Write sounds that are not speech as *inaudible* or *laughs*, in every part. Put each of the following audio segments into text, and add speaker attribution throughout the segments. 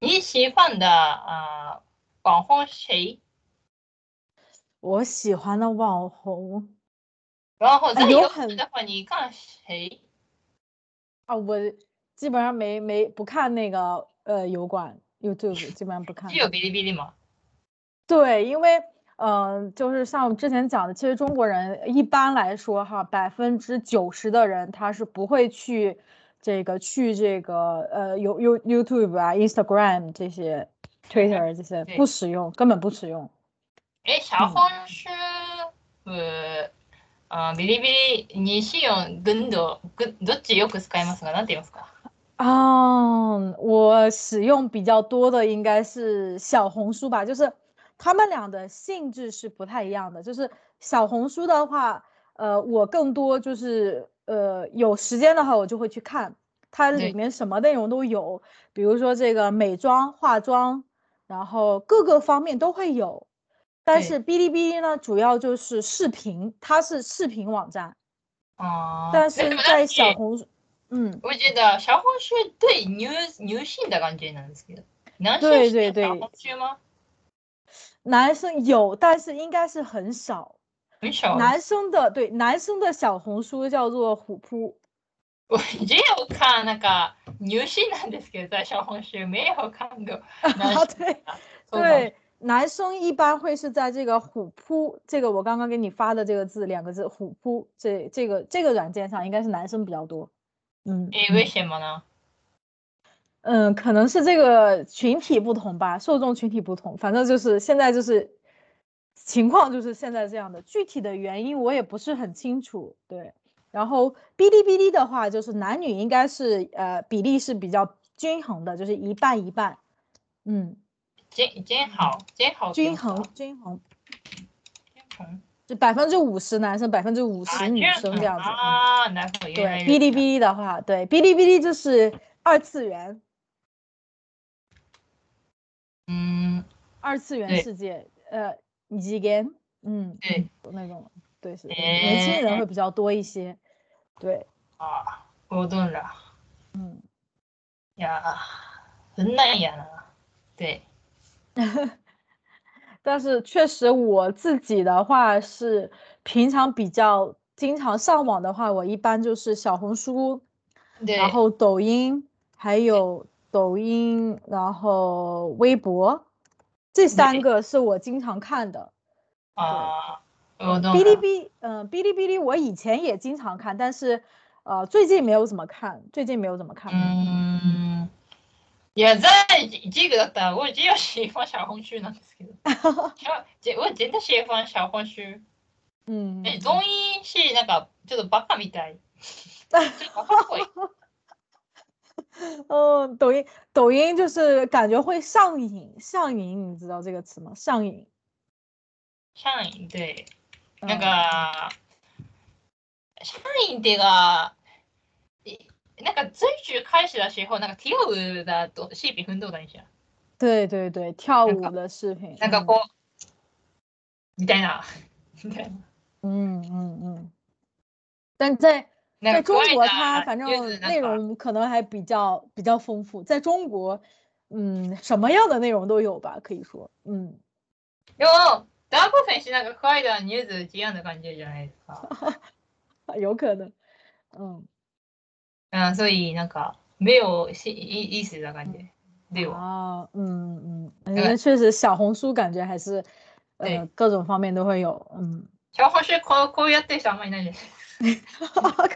Speaker 1: 你喜欢的啊、呃网红谁？
Speaker 2: 我喜欢的网红
Speaker 1: 然后再
Speaker 2: 有
Speaker 1: 有
Speaker 2: 很
Speaker 1: 的话，你看谁？
Speaker 2: 啊，我基本上没没不看那个呃油管 YouTube，基本上不看
Speaker 1: 只。有哔哩哔哩吗？
Speaker 2: 对，因为嗯、呃就是像我之前讲的，其实中国人一般来说哈，百分之九十的人他是不会去这个去这个呃有有 YouTube 啊、Instagram 这些、Twitter 这些
Speaker 1: 对
Speaker 2: 不使用，根本不使用。
Speaker 1: 哎，小
Speaker 2: 嗯
Speaker 1: 红书呃あービリビリにシオン、グンド、グどっちよく使いますかなんて言いますか
Speaker 2: 啊，我使用比较多的应该是小红书吧，就是他们俩的性质是不太一样的。就是小红书的话，呃，我更多就是呃有时间的话，我就会去看它
Speaker 1: 对
Speaker 2: 里面什么内容都有，比如说这个美妆、化妆，然后各个方面都会有。但
Speaker 1: 对
Speaker 2: 是哔哩哔哩呢，主要就是视频，它是视频网站，
Speaker 1: あー
Speaker 2: 但
Speaker 1: ですも
Speaker 2: 在
Speaker 1: だ
Speaker 2: 小
Speaker 1: し *laughs*
Speaker 2: 红书，嗯。
Speaker 1: 我觉得小红书对入入信的感觉なんですけど。男生
Speaker 2: 对
Speaker 1: 是
Speaker 2: 对对
Speaker 1: 小红书吗？
Speaker 2: 男生有，但是应该是很少。
Speaker 1: 很少。
Speaker 2: 男生的对男生的小红书叫做虎扑，
Speaker 1: 我只有看那个入信なんですけど、在小红书没有看
Speaker 2: *laughs*
Speaker 1: 过。男
Speaker 2: 啊
Speaker 1: 生
Speaker 2: 对
Speaker 1: そうなんです
Speaker 2: 对，男生一般会是在这个虎扑这个我刚刚给你发的这个字两个字虎扑这这个这个软件上应该是男生比较多，嗯
Speaker 1: え、为什么呢？
Speaker 2: 嗯，可能是这个群体不同吧，受众群体不同，反正就是现在就是情况就是现在这样的，具体的原因我也不是很清楚。对，然后哔哩哔哩的话，就是男女应该是呃比例是比较均衡的，就是一半一半，嗯，
Speaker 1: 真真好，真好。
Speaker 2: 均衡均衡，
Speaker 1: 均衡。
Speaker 2: 就百分之五十男生，百分之五
Speaker 1: 啊
Speaker 2: 十女生这样子。嗯
Speaker 1: 啊，那可以。
Speaker 2: 对，哔哩哔哩的话，对，哔哩哔哩就是二次元，
Speaker 1: 嗯，
Speaker 2: 二次元
Speaker 1: 对
Speaker 2: 世界，呃，以及 game，嗯。
Speaker 1: 对
Speaker 2: 那种，对，是年轻人
Speaker 1: 诶
Speaker 2: 会比较多一些。对，
Speaker 1: 啊，我懂了。
Speaker 2: 嗯，
Speaker 1: いやー、そんなんやな。对，
Speaker 2: 但是确实我自己的话是平常比较经常上网的话，我一般就是小红书，
Speaker 1: 对，
Speaker 2: 然后抖音，还有抖音，然后微博，这三
Speaker 1: 对
Speaker 2: 个是我经常看的。
Speaker 1: 啊，我懂了。
Speaker 2: 哔哩哔哩，嗯，哔哩哔哩我以前也经常看，但是呃最近没有怎么看，最近没有怎么看。
Speaker 1: 嗯，いや、在这个だったら、我只有喜欢小红书なんですけど。
Speaker 2: *laughs*
Speaker 1: 小这我真的喜欢小红书。
Speaker 2: 嗯，
Speaker 1: え、ゾンイし、なんか、ちょっとバカみ
Speaker 2: *laughs*
Speaker 1: たい。ちょっとバカっぽい。
Speaker 2: 嗯，抖音抖音就是感觉会上瘾，上瘾，你知道这个词吗？上瘾。
Speaker 1: 社員で、
Speaker 2: 嗯
Speaker 1: なんか、社員ってが、いなんか追求開始だし、ほうなんか、ティオウだと、シーピン奮闘だいじゃん。
Speaker 2: 对对对，跳
Speaker 1: 那
Speaker 2: 舞
Speaker 1: 个
Speaker 2: 的视频。嗯
Speaker 1: なんかこう、みたいな。 *laughs* みたい
Speaker 2: 嗯嗯嗯嗯。但在
Speaker 1: な。な
Speaker 2: 在
Speaker 1: んか
Speaker 2: 中
Speaker 1: 怖い
Speaker 2: 国，
Speaker 1: な
Speaker 2: 它反
Speaker 1: とりあえ
Speaker 2: 正
Speaker 1: ずなん
Speaker 2: 内
Speaker 1: か
Speaker 2: 容可能还比较比较丰富，在中国，嗯，什么样的内容都有吧，可以说，嗯，
Speaker 1: でも、ダークフェンしなんか怖いだニュース違うな感じじゃないですか。
Speaker 2: 有可能，嗯
Speaker 1: うん、そういう、なんか、目をし、いいいすな感じ。では、
Speaker 2: 啊，嗯嗯，
Speaker 1: 那
Speaker 2: 那
Speaker 1: 个
Speaker 2: 确实小红书感觉还是，呃
Speaker 1: 对，
Speaker 2: 各种方面都会有，
Speaker 1: *laughs*
Speaker 2: 嗯。
Speaker 1: 情報集こう、こうやってる人あんまりいないじゃないですか。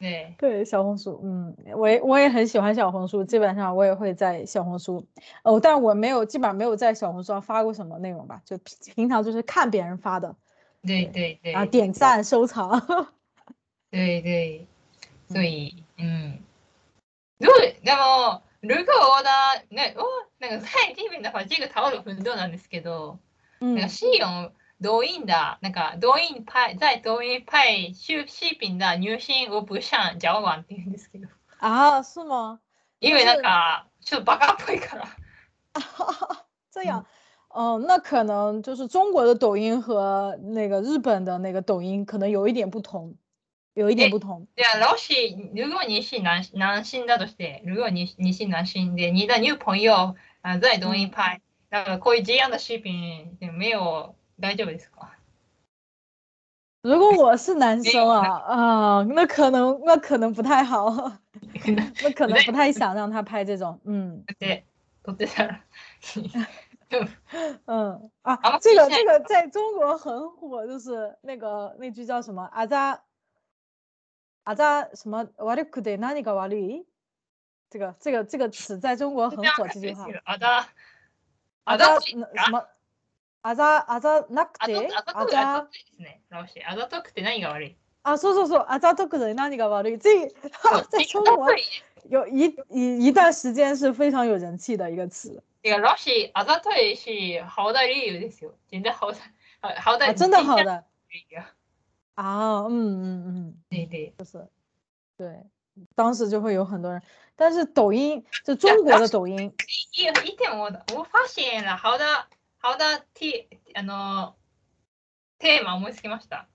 Speaker 1: ねえ。
Speaker 2: 对，小红书，嗯，我也我也很喜欢小红书，基本上我也会在小红书，哦，但我没有，基本上没有在小红书上发过什么内容吧，就平平常就是看别人发的，
Speaker 1: 对对对
Speaker 2: 然后点赞、收藏。 *laughs*
Speaker 1: 对对，
Speaker 2: 嗯
Speaker 1: 所以嗯，如果那么如果我的那我那个在里面的话，这个讨论很多なんですけど，
Speaker 2: 嗯
Speaker 1: 那个西洋抖音的那个抖音派在抖音派视视频的女性，我不想交往って言うんですけど，
Speaker 2: 啊，是吗？
Speaker 1: 因为なんかちょっとバカっぽいから。
Speaker 2: 这样，嗯，那可能就是中国的抖音和那个日本的那个抖音可能有一点不同。有一点不同。
Speaker 1: じゃあ、老師、如果你是南南京だとして、如果你你是南京で、你的女朋友啊在抖音拍，那么こういう这样的视频没有大丈夫ですか？
Speaker 2: 如果我是男
Speaker 1: 没
Speaker 2: 生
Speaker 1: 有
Speaker 2: 啊啊，那可能那可能不太好，那 *laughs* 可能不太想让他拍这种，嗯
Speaker 1: で、撮ってたら。
Speaker 2: 嗯啊
Speaker 1: 好，
Speaker 2: 这个
Speaker 1: 谢谢
Speaker 2: 这个在中国很火，就是那个那句叫什么阿扎阿扎什么瓦里库德那尼个瓦里，这个这个这个词在中国很火，这句话
Speaker 1: あだ、
Speaker 2: 阿
Speaker 1: 阿
Speaker 2: 扎
Speaker 1: 扎
Speaker 2: 那什么阿扎阿扎那克
Speaker 1: あざ
Speaker 2: 德
Speaker 1: あざとくあ
Speaker 2: 阿
Speaker 1: ざと
Speaker 2: 扎
Speaker 1: くですね。直して、あざとくて何が悪い？
Speaker 2: 啊，说说说阿扎特克德那尼个瓦里，这 *laughs* 在中国
Speaker 1: い。
Speaker 2: 有一一一段时间是非常有人气的一个词
Speaker 1: てか、老師、あざといし、好歹理由ですよ。全然好歹、好
Speaker 2: 啊，
Speaker 1: 歹
Speaker 2: 真的好
Speaker 1: 的
Speaker 2: 的
Speaker 1: 理由。
Speaker 2: 啊，嗯嗯嗯，
Speaker 1: 对对。
Speaker 2: 对，当时就会有很多人，但是抖音就中国的抖音，
Speaker 1: いや、いても、我发现了好的、好的 T、あの、テーマ思いつきました。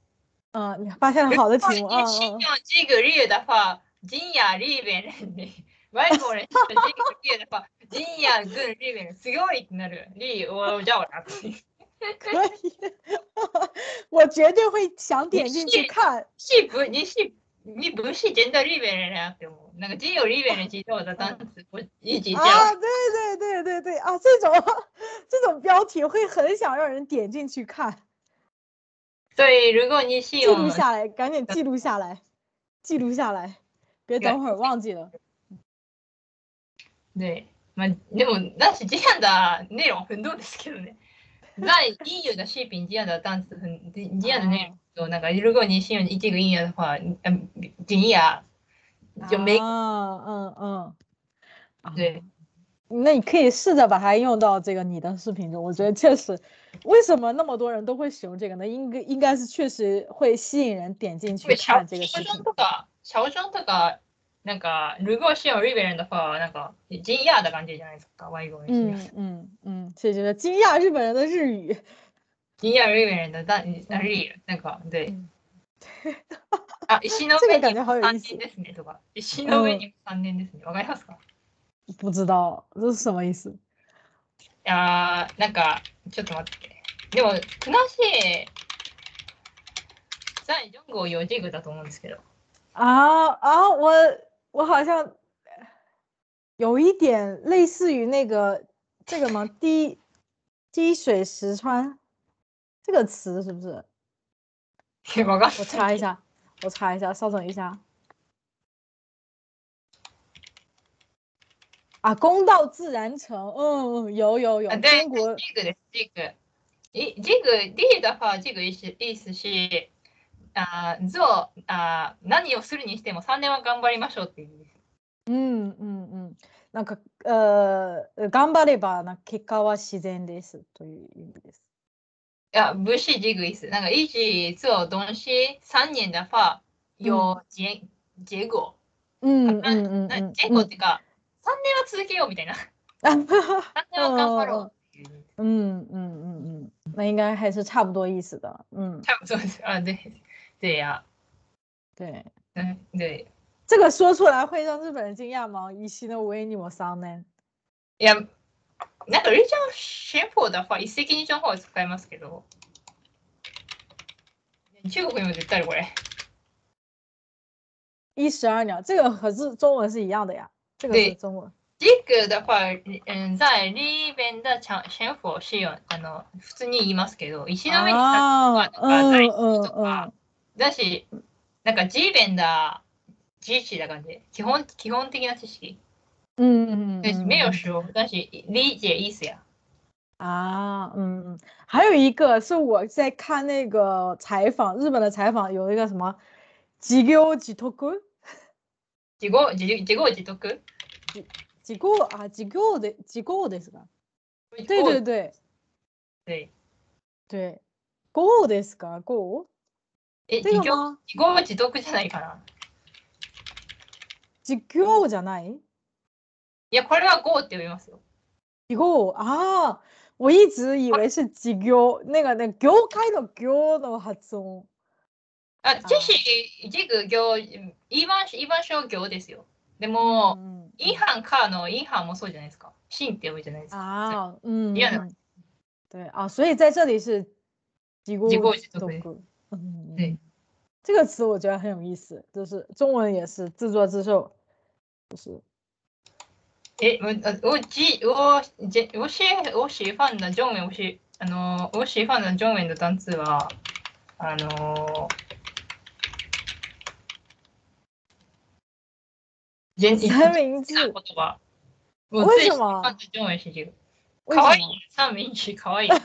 Speaker 2: 嗯、你发现了好的题目啊，
Speaker 1: 信
Speaker 2: 嗯
Speaker 1: 用这个月的话，金雅利便利。外国人这个月的话，金雅跟利便すごいってなる。利、我叫我ラッ
Speaker 2: 可以， *laughs* 我绝对会想点进去
Speaker 1: 是
Speaker 2: 看。
Speaker 1: しぶにしにぶし全体リベルやってもなんか自由リベルに自だダンス不一起教
Speaker 2: 啊，对对对对对啊，这种这种标题会很想让人点进去看，
Speaker 1: 所以如果你是
Speaker 2: 记
Speaker 1: 有
Speaker 2: 录下来，赶紧记录下来，记录下来，别
Speaker 1: 对
Speaker 2: 等会儿忘记了。
Speaker 1: 对まあでも男子自由だネロン不動ですけどね。在自由的视频自由的ダンス很自由的内容となんか如果你是有一个音乐的话，嗯，金雅就没
Speaker 2: 啊，嗯嗯，啊
Speaker 1: 对。
Speaker 2: 那你可以试着把它用到这个你的视频中，我觉得确实，为什么那么多人都会使用这个呢？应该应该是确实会吸引人点进去
Speaker 1: 对小
Speaker 2: 看这个视
Speaker 1: 小庄。
Speaker 2: 频
Speaker 1: とか小庄とかなんか如果是有リベル的话，なんか金雅的感じじゃないですか。外国人
Speaker 2: 嗯嗯嗯，这就是惊讶日本人的日语。
Speaker 1: リアルイベントだ、リール、なんか、
Speaker 2: う
Speaker 1: で
Speaker 2: ん。
Speaker 1: あ、石の
Speaker 2: 这
Speaker 1: 上
Speaker 2: 个 *laughs*
Speaker 1: に
Speaker 2: 感觉好有
Speaker 1: 3年
Speaker 2: 意思，
Speaker 1: ですねとか、石の上に3年ですね。わかりますか
Speaker 2: 不知道这是什么意思？
Speaker 1: いやー、なんか、ちょっと待って。でも、くなしい、在中国有这个だと思うんですけど。
Speaker 2: 啊啊，我我好像有一点类似于那个这个吗？滴滴水石穿这个词是不是？
Speaker 1: わかんない。
Speaker 2: 我查一下，我查一下，稍等一下。啊，公道自然成，嗯，有有有，
Speaker 1: あで
Speaker 2: 中国，
Speaker 1: ジグです、ジグ。いジグ、リーダーファージグいいしいいっすし、あーゾウあー、何をするにしても3年は頑張りましょうっていう意味です。
Speaker 2: 嗯嗯嗯，那个呃，頑張ればな結果は自然ですという意味です。
Speaker 1: いや、不是这个意思。なんか、一直做东西三年的话，有结、结果。
Speaker 2: 嗯
Speaker 1: 那
Speaker 2: 嗯嗯
Speaker 1: 那
Speaker 2: 嗯
Speaker 1: 结果っ
Speaker 2: 嗯
Speaker 1: ていうか、三年は続けようみたいな。三
Speaker 2: 嗯，
Speaker 1: 年は頑張ろうっていう。
Speaker 2: 嗯嗯嗯嗯，那应该还是差不多意思的。嗯，
Speaker 1: 多分そうです。あ、で、でや、
Speaker 2: 对，
Speaker 1: うんで、
Speaker 2: 这个说出来会让日本人惊讶吗？一心的维尼莫桑呢？
Speaker 1: いや、なんか、リージョンシェンフォーだファ一石二鳥の方は使いますけど、中国にも絶対あるこれ。
Speaker 2: 一石二鸟，这个和是中文是一样的呀，这个是
Speaker 1: 对
Speaker 2: 中文。
Speaker 1: ジグだファうん、在リーベンダチャンシェンフォーシオン、あの、普通に言いますけど、石の上に立つ
Speaker 2: 啊，
Speaker 1: とか
Speaker 2: 嗯
Speaker 1: 在
Speaker 2: 嗯
Speaker 1: とか
Speaker 2: 嗯，
Speaker 1: だし、なんか G ベンダー、G 値だ感じ。基本基本的な知識。
Speaker 2: 嗯嗯
Speaker 1: だし、
Speaker 2: 嗯，
Speaker 1: 没有
Speaker 2: 嗯
Speaker 1: 使用。だし、理解意思や。
Speaker 2: 啊，嗯嗯，还有一个是我在看那个采访，日本的采访有一个什么“几个几托个
Speaker 1: 自業自自業自得
Speaker 2: 几个啊几个的几个的是吧？对对
Speaker 1: 自業
Speaker 2: 对
Speaker 1: 对。
Speaker 2: 对，go 的是吧？go
Speaker 1: え、
Speaker 2: 这
Speaker 1: 自
Speaker 2: 个
Speaker 1: 業
Speaker 2: 吗？
Speaker 1: 自業自得じゃないかな。
Speaker 2: 几个じゃない？
Speaker 1: いや、これは GO って呼びますよ。
Speaker 2: 几个啊？我一直以为是几个，那个那个“業界”的“業”的発音。
Speaker 1: あ、女子、一具行、一番、一番商業ですよ。でも、
Speaker 2: 嗯
Speaker 1: インハンかのインハンもそうじゃないですか。シンって呼ぶじゃないですか。
Speaker 2: 啊，嗯，
Speaker 1: 一样的
Speaker 2: 嗯对啊，所以在这里是几过
Speaker 1: 几过几都可以
Speaker 2: 嗯，嗯
Speaker 1: 对，
Speaker 2: 这个词我觉得很有意思，就是中文也是自作自受，
Speaker 1: え、うううち、お、じ、おし、おしファンのジョンウェン、おし、あの、おしファンのジョンウェンのダンスは、あの、ジェン、 *laughs*
Speaker 2: 三明治
Speaker 1: 好きな言葉。
Speaker 2: 为
Speaker 1: 我最
Speaker 2: 什
Speaker 1: 喜
Speaker 2: 么
Speaker 1: 欢的中文是这个，
Speaker 2: 为
Speaker 1: 可
Speaker 2: 什
Speaker 1: 愛い
Speaker 2: 么？
Speaker 1: 三明治可 *laughs* 愛い。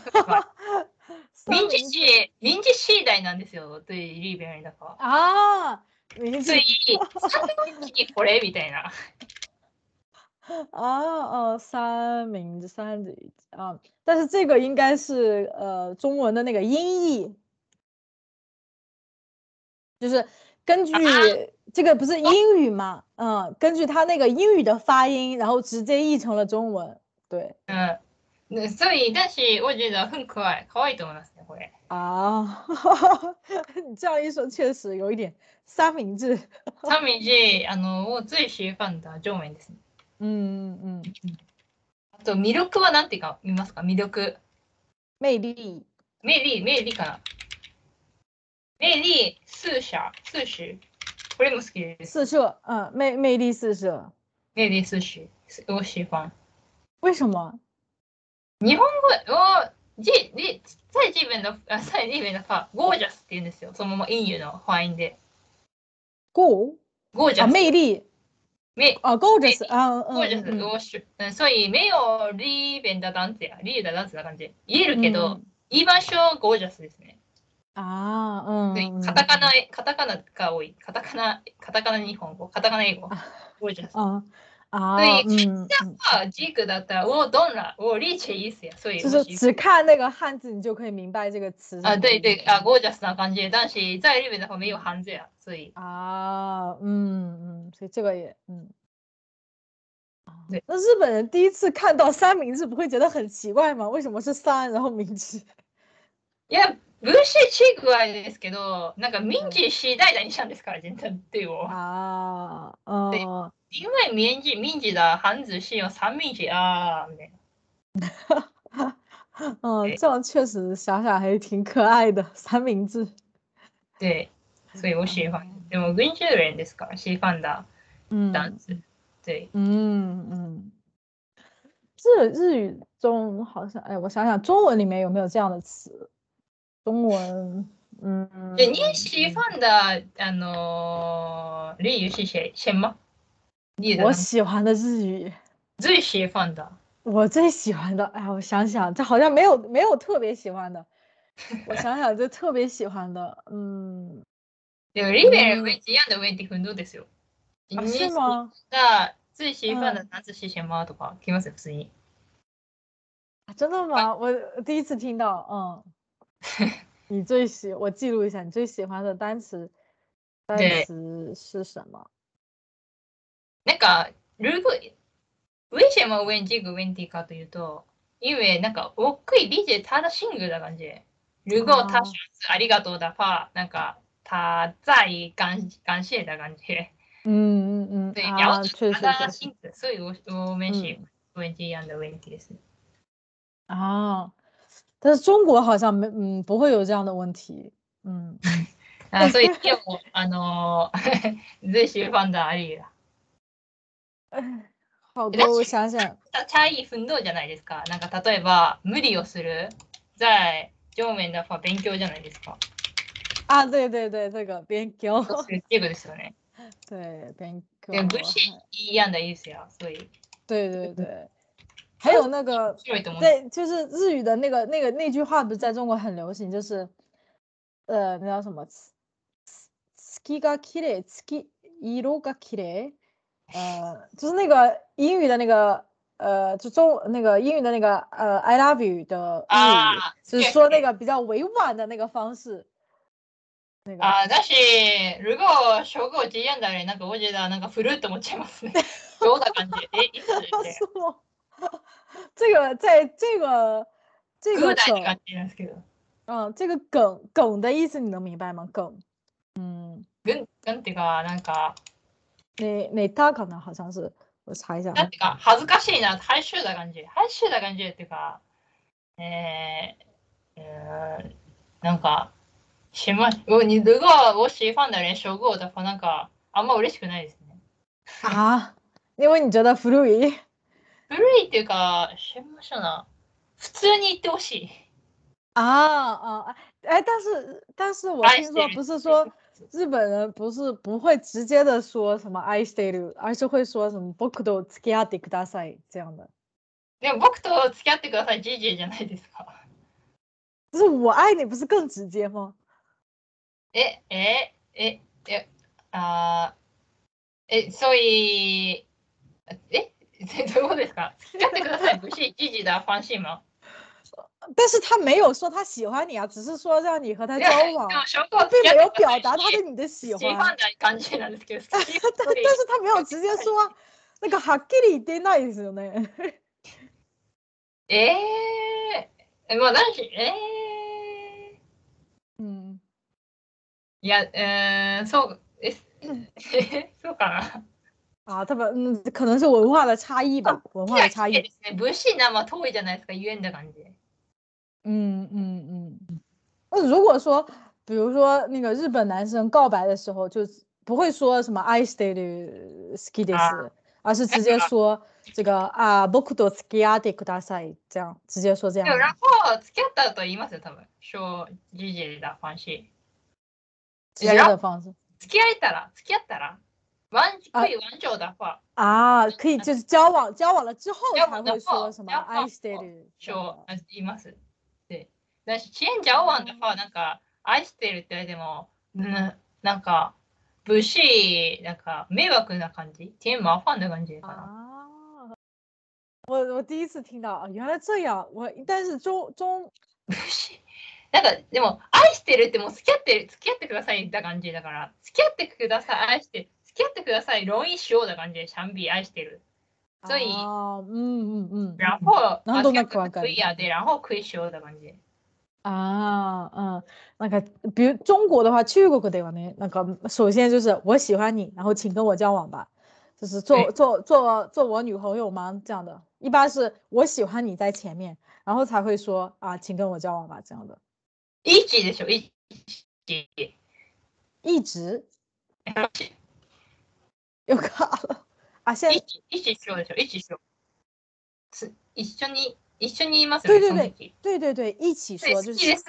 Speaker 2: 三
Speaker 1: 民
Speaker 2: 明
Speaker 1: 治
Speaker 2: 治
Speaker 1: 系民治系代なんですよ。对リーベンだから。
Speaker 2: 啊，明治
Speaker 1: つい三明治これみたいな。
Speaker 2: 啊哦，三明治三明治啊，但是这个应该是呃中文的那个音译，就是根据、这个不是英语嘛，嗯，根据它那个英语的发音，然后直接译成了中文，对
Speaker 1: うん。ね所以但是我觉得很可愛，可愛いと思いますねこれ。
Speaker 2: 啊， *laughs* 你这样一说确实有一点三明治，
Speaker 1: 三明治あのを最喜欢的上面ですね。
Speaker 2: 嗯嗯嗯，
Speaker 1: あと魅力はなんていうか見ますか魅力。
Speaker 2: 魅力
Speaker 1: 魅力魅力かな。魅力数社数種。これも好きです。
Speaker 2: 四射，嗯，魅魅力四射，
Speaker 1: 魅力数種を喜欢。
Speaker 2: 为什么？
Speaker 1: 我じじ蔡ジベンのあ蔡ジベンのファゴージャスって言うんですよ。そのまま英語のファインで
Speaker 2: 够
Speaker 1: ゴージ
Speaker 2: 啊，
Speaker 1: ャス。
Speaker 2: 魅力。
Speaker 1: め
Speaker 2: 哦，gorgeous
Speaker 1: 力
Speaker 2: 啊，
Speaker 1: ゴージャ
Speaker 2: 嗯
Speaker 1: ス
Speaker 2: 嗯，
Speaker 1: ゴーシュ。うんそういう目をリーベンダダンスやリーダダンスな感じ。言える
Speaker 2: 嗯
Speaker 1: けど、言い場所はゴージャスですね。
Speaker 2: 啊，嗯，
Speaker 1: で
Speaker 2: 嗯
Speaker 1: カタカナカタカナが多い。カタカナカタカナ日本語カタカナ英語ゴージャス。
Speaker 2: 啊啊，
Speaker 1: 对
Speaker 2: 嗯，嗯
Speaker 1: あジークだったら我懂了，我理解意思や。そうい
Speaker 2: 就
Speaker 1: う
Speaker 2: 是
Speaker 1: もし
Speaker 2: 只看那个汉字，你就可以明白这个词是什么
Speaker 1: あ啊
Speaker 2: 意思。
Speaker 1: 对对あゴージャスな感じ。但是在日本の方没有汉字や。所以
Speaker 2: 啊，嗯嗯，所以这个也嗯。啊
Speaker 1: 对
Speaker 2: 那日本人第一次看到三明治，不会觉得很奇怪吗？为什么是三，然后明治？
Speaker 1: いや、ブーシーチークはあれですけど、なんか民事次第だにしたんですから、全体っては。
Speaker 2: 啊，嗯，
Speaker 1: 因为民事民事だ、ハンズシーを三民事あーみたいな。
Speaker 2: 嗯，
Speaker 1: 对
Speaker 2: 这样确实想想还挺可爱的三明治。
Speaker 1: で、そういうおシーファン。でも、軍中連ですから、シーファンだ、
Speaker 2: 嗯，
Speaker 1: ダンス。で、
Speaker 2: 嗯嗯，日日语中好像，哎，我想想，中文里面有没有这样的词？中文，嗯，
Speaker 1: で、ニーシーファンだ、あのー、リーユシシェ、シェンマリーダー、
Speaker 2: 我喜欢的日语，
Speaker 1: ズイシーファンだ。
Speaker 2: 我最喜欢的，哎，我想想，这好像没有没有特别喜欢的，我想想，这特别喜欢的，嗯，
Speaker 1: でも、リーベル、ウェイジヤンダ、ウェイティフンドですよ。ニ
Speaker 2: 啊
Speaker 1: ーシ
Speaker 2: 是
Speaker 1: ーファン
Speaker 2: 吗？
Speaker 1: だ、ズイシーファンだ、ダンスシーシェンマとか、来ますよ、普通に。
Speaker 2: 啊真的吗？我第一次听到，嗯，你最喜，我记录一下，你最喜欢的单词，单
Speaker 1: 对
Speaker 2: 词是什么？
Speaker 1: なんか、ルグ、ウェシェマウェンジグウェンティかというと、因为なんか、おっくい DJ ただシングルな感じで。ルゴ
Speaker 2: あー
Speaker 1: タシャスありがとうだファー、なんか、たざいがん感謝だ感じで。
Speaker 2: 嗯嗯
Speaker 1: で、
Speaker 2: 嗯，
Speaker 1: や
Speaker 2: 啊，
Speaker 1: お
Speaker 2: 确实
Speaker 1: た
Speaker 2: 确
Speaker 1: だ
Speaker 2: 实
Speaker 1: シングル、そういうおおめし、ウェンティアンドウェンティですね。
Speaker 2: 啊，但是中国好像没，嗯，不会有这样的问题，嗯，
Speaker 1: あそういう意見も、あのー、 *laughs* ぜひファンダありだ。
Speaker 2: 好
Speaker 1: 但
Speaker 2: 多我
Speaker 1: 是
Speaker 2: 想想，
Speaker 1: チャイフンドじゃないですか。なんか、例えば、無理をする、在、上面のファ勉強じゃないですか。
Speaker 2: 啊，对对对，这个边教，
Speaker 1: そうするっていうことですよね。
Speaker 2: *laughs* 对边教，
Speaker 1: で、武士いいやんだいいですよ。そういう。
Speaker 2: 对对对，还有那个
Speaker 1: 面白いと思うんです
Speaker 2: 对，就是日语的那个那个那句话，不是在中国很流行，就是，呃，那叫什么？月が綺麗，月色が綺麗，呃，就是那个英语的那个呃，就中那个英语的那个呃，I love you 的日语，
Speaker 1: 啊
Speaker 2: 就是
Speaker 1: 对
Speaker 2: 说那个比较委婉的那个方式。
Speaker 1: あだし、ルゴー、ショゴー、ジヤンだれ、なんか、オジだ、なんか、フルート持っちゃいます *laughs* ね。どうだ感じ。え、いつ
Speaker 2: 告
Speaker 1: って。
Speaker 2: 诉我，这个在这个这
Speaker 1: グーダイ
Speaker 2: 个
Speaker 1: って
Speaker 2: 梗
Speaker 1: 感，じなんですけど。
Speaker 2: 嗯，这个梗梗的意思你能明白吗？梗
Speaker 1: 軍なんていうか、なんか、
Speaker 2: 哪哪大可能好像是，我查一下
Speaker 1: なん
Speaker 2: 啊
Speaker 1: て。いうか、恥ずかしいな、害羞な感じ。害羞な感じっていうか、えー、うーん、なんか、しま、我你如果我喜欢的人说过的话，なんか、あんま嬉しくないですね。
Speaker 2: 啊，因为你觉得 fluid
Speaker 1: 古いっていうか、しましょうな。普通に言ってほしい。
Speaker 2: *laughs* 啊啊啊哎，但是但是我
Speaker 1: 爱
Speaker 2: 听
Speaker 1: して
Speaker 2: 说
Speaker 1: る
Speaker 2: 不是
Speaker 1: 嗯
Speaker 2: 说日本人不是不会直接的说什么 I stay you，而是会说什么僕と付き合ってください这样的。
Speaker 1: でも僕と付き合ってください、ジジイじゃないですか。
Speaker 2: 就是我爱你不是更直接吗？
Speaker 1: え、え、え、え、あーえ、そうい、え、 *laughs* どういうことですか付き合ってください、不是ジジイだ、ファンシーマン。
Speaker 2: 但是他没有说他喜欢你啊，只是说让你和他
Speaker 1: い
Speaker 2: 交
Speaker 1: やで
Speaker 2: 往
Speaker 1: *laughs* も、証拠は付
Speaker 2: 并
Speaker 1: き合
Speaker 2: 没有
Speaker 1: ってください
Speaker 2: 表达他对你的喜
Speaker 1: 喜欢な。
Speaker 2: 欢
Speaker 1: 感じなんですけど、好き
Speaker 2: *laughs* 但但是他没有直接说那个はっきり言ってないですよね。 *laughs*
Speaker 1: えー、えまあ、男子、えー、
Speaker 2: 嗯，
Speaker 1: いや、えー、そう、え、え *laughs* そうかな。
Speaker 2: 啊，他们嗯，可能是文化的差异
Speaker 1: 哦
Speaker 2: 吧，文化的差
Speaker 1: いやいい
Speaker 2: 异
Speaker 1: で。すね。武士な、まあ、遠いじゃないですか、ゆえんだ感じ。
Speaker 2: 嗯嗯嗯。那如果说，比如说那个日本男生告白的时候，就不会说什么 I stay the ski d
Speaker 1: 啊
Speaker 2: s 而是直接说这个啊僕と付き合ってください，这样直接说这样
Speaker 1: でも、
Speaker 2: 吗。
Speaker 1: ラフォー付き合ったと言いますよ、多分。小ジジイだ、ファンシ
Speaker 2: 直接的方式
Speaker 1: ー。付き合えたら、付き合ったら、ワン、クイ、ワンジョーだ、ファー。
Speaker 2: 啊，可以就是交往交往了之后
Speaker 1: 交
Speaker 2: 才
Speaker 1: 往的
Speaker 2: 会
Speaker 1: 话
Speaker 2: 说什么
Speaker 1: 交往
Speaker 2: I stay the 这样
Speaker 1: 小
Speaker 2: 的。、
Speaker 1: います。で、だし、遅延じゃおわんだ、ファー、なんか、愛してるって言われても、うん、なんか、武士、なんか、迷惑な感じ。ティーマーファンな感じかな。
Speaker 2: 啊，我我第一次听到啊，原来这样。我但是中中
Speaker 1: 武士。なんか、でも、愛してるってもう付き合ってる、付き合ってくださいだ感じだから、付き合ってください、愛してる。付き合ってください、論議しようだ感じで、シャンビー愛してる。所以
Speaker 2: 啊，嗯嗯嗯，
Speaker 1: 然后
Speaker 2: なんとなくわか
Speaker 1: ク
Speaker 2: る
Speaker 1: イアで、然后クイしようだ感じ。
Speaker 2: 啊嗯，那个比如中国的话，去过个地方呢，那个首先就是我喜欢你，然后请跟我交往吧，就是做
Speaker 1: 对
Speaker 2: 做做做我女朋友吗？这样的，一般是我喜欢你在前面，然后才会说啊，请跟我交往吧这样的，
Speaker 1: イチでしょ、イチ。
Speaker 2: 一直又卡了啊，现在
Speaker 1: 一一起しようでしょ、一起しよう。つ一緒に、一緒にいます
Speaker 2: 对
Speaker 1: よね、そ
Speaker 2: 对
Speaker 1: の時。
Speaker 2: 对对对，一起
Speaker 1: で
Speaker 2: 说
Speaker 1: 好
Speaker 2: 就是
Speaker 1: きです、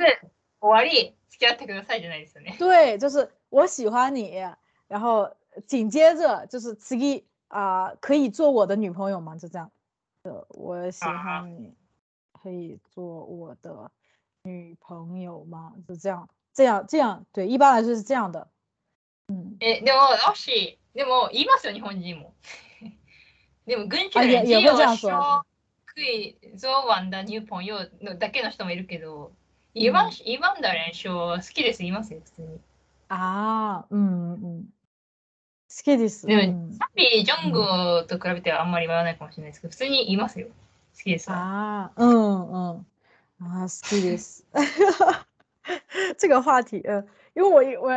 Speaker 1: 終わり、付き合ってくださいじゃないですよね。
Speaker 2: 对，就是我喜欢你，然后紧接着就是次一啊，可以做我的女朋友吗？就这样，呃，我喜
Speaker 1: 啊
Speaker 2: 欢你，可以做我的女朋友吗？就这样，这样，这样，对，一般来说是这样的，嗯，
Speaker 1: え、でも、よし、でも、言いますよ、日本人も。 *laughs* でも、軍中
Speaker 2: あいや
Speaker 1: で
Speaker 2: いや
Speaker 1: 字を
Speaker 2: 僕らは
Speaker 1: し
Speaker 2: そう
Speaker 1: ょくい、ゾーワンダ、ニューポンヨーのだけの人もいるけど、言わんし、言わんだ練習、好きです、言いますよ、普通に。
Speaker 2: 啊，嗯嗯，好きです。
Speaker 1: で
Speaker 2: う
Speaker 1: も、
Speaker 2: ん
Speaker 1: サピー、ジョングと比べてはあんまり言わないかもしれないですけど、普通に言いますよ。好きです。
Speaker 2: 啊，嗯嗯， *laughs* 啊，好きです。这个话题，嗯，因为我我